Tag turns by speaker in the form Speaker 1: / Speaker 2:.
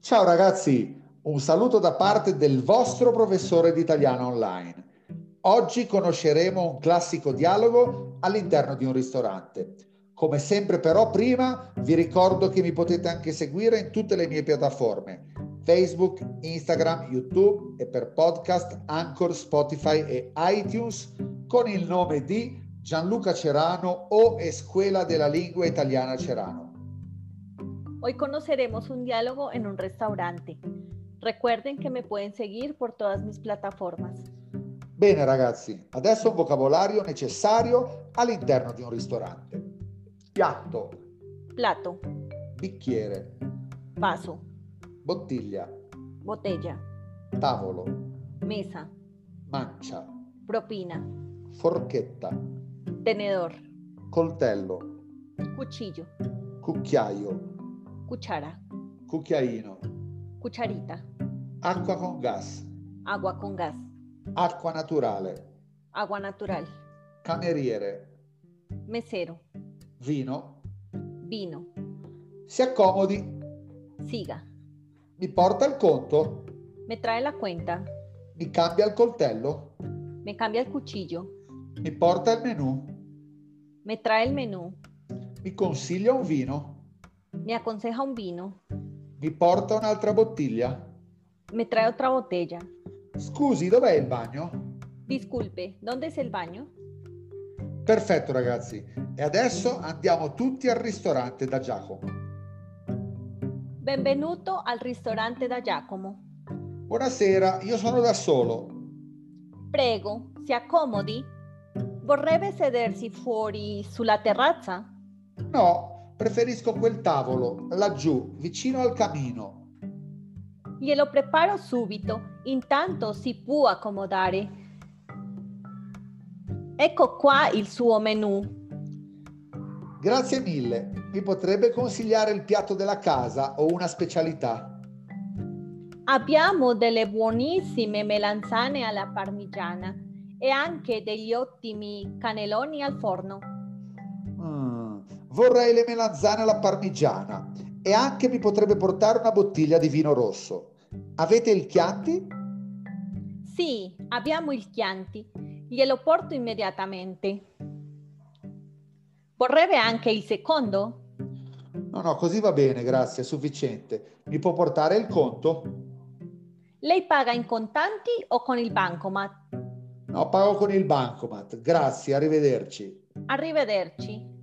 Speaker 1: Ciao ragazzi, un saluto da parte del vostro professore di italiano online. Oggi conosceremo un classico dialogo all'interno di un ristorante. Come sempre però prima vi ricordo che mi potete anche seguire in tutte le mie piattaforme Facebook, Instagram, YouTube e per podcast Anchor, Spotify e iTunes con il nome di Gianluca Cerano o Escuela della Lingua Italiana Cerano.
Speaker 2: Hoy conoceremos un diálogo en un restaurante. Recuerden que me pueden seguir por todas mis plataformas.
Speaker 1: Bene ragazzi, adesso un vocabolario necessario all'interno di un ristorante. Piatto,
Speaker 2: Plato,
Speaker 1: bicchiere,
Speaker 2: vaso,
Speaker 1: bottiglia,
Speaker 2: botella,
Speaker 1: tavolo,
Speaker 2: mesa,
Speaker 1: mancia,
Speaker 2: propina,
Speaker 1: forchetta,
Speaker 2: tenedor,
Speaker 1: coltello,
Speaker 2: cuchillo,
Speaker 1: cucchiaio,
Speaker 2: cuchara,
Speaker 1: cucchiaino,
Speaker 2: cucharita,
Speaker 1: acqua con gas,
Speaker 2: agua con gas,
Speaker 1: acqua naturale,
Speaker 2: agua natural,
Speaker 1: cameriere,
Speaker 2: mesero,
Speaker 1: vino.
Speaker 2: vino,
Speaker 1: Si accomodi,
Speaker 2: siga,
Speaker 1: mi porta il conto,
Speaker 2: me trae la cuenta,
Speaker 1: mi cambia il coltello,
Speaker 2: me cambia el cuchillo,
Speaker 1: mi porta il menù,
Speaker 2: me trae el menú,
Speaker 1: mi consiglia un vino,
Speaker 2: me aconseja un vino,
Speaker 1: mi porta un'altra bottiglia.
Speaker 2: me trae otra botella.
Speaker 1: Scusi, dov'è il bagno?
Speaker 2: Disculpe, ¿dónde es el baño?
Speaker 1: Perfetto ragazzi, e adesso andiamo tutti al ristorante da Giacomo.
Speaker 2: Benvenuto al ristorante da Giacomo.
Speaker 1: Buonasera, io sono da solo.
Speaker 2: Prego, si accomodi. Vorrebbe sedersi fuori sulla terrazza?
Speaker 1: No, preferisco quel tavolo, laggiù, vicino al camino.
Speaker 2: Glielo preparo subito, intanto si può accomodare. Ecco qua il suo menù.
Speaker 1: Grazie mille, mi potrebbe consigliare il piatto della casa o una specialità?
Speaker 2: Abbiamo delle buonissime melanzane alla parmigiana e anche degli ottimi cannelloni al forno.
Speaker 1: Mm, vorrei le melanzane alla parmigiana e anche mi potrebbe portare una bottiglia di vino rosso. Avete il Chianti?
Speaker 2: Sì, abbiamo il Chianti. Glielo porto immediatamente. Vorrebbe anche il secondo?
Speaker 1: No, no, così va bene, grazie, è sufficiente. Mi può portare il conto?
Speaker 2: Lei paga in contanti o con il bancomat?
Speaker 1: No, pago con il bancomat. Grazie, arrivederci.
Speaker 2: Arrivederci.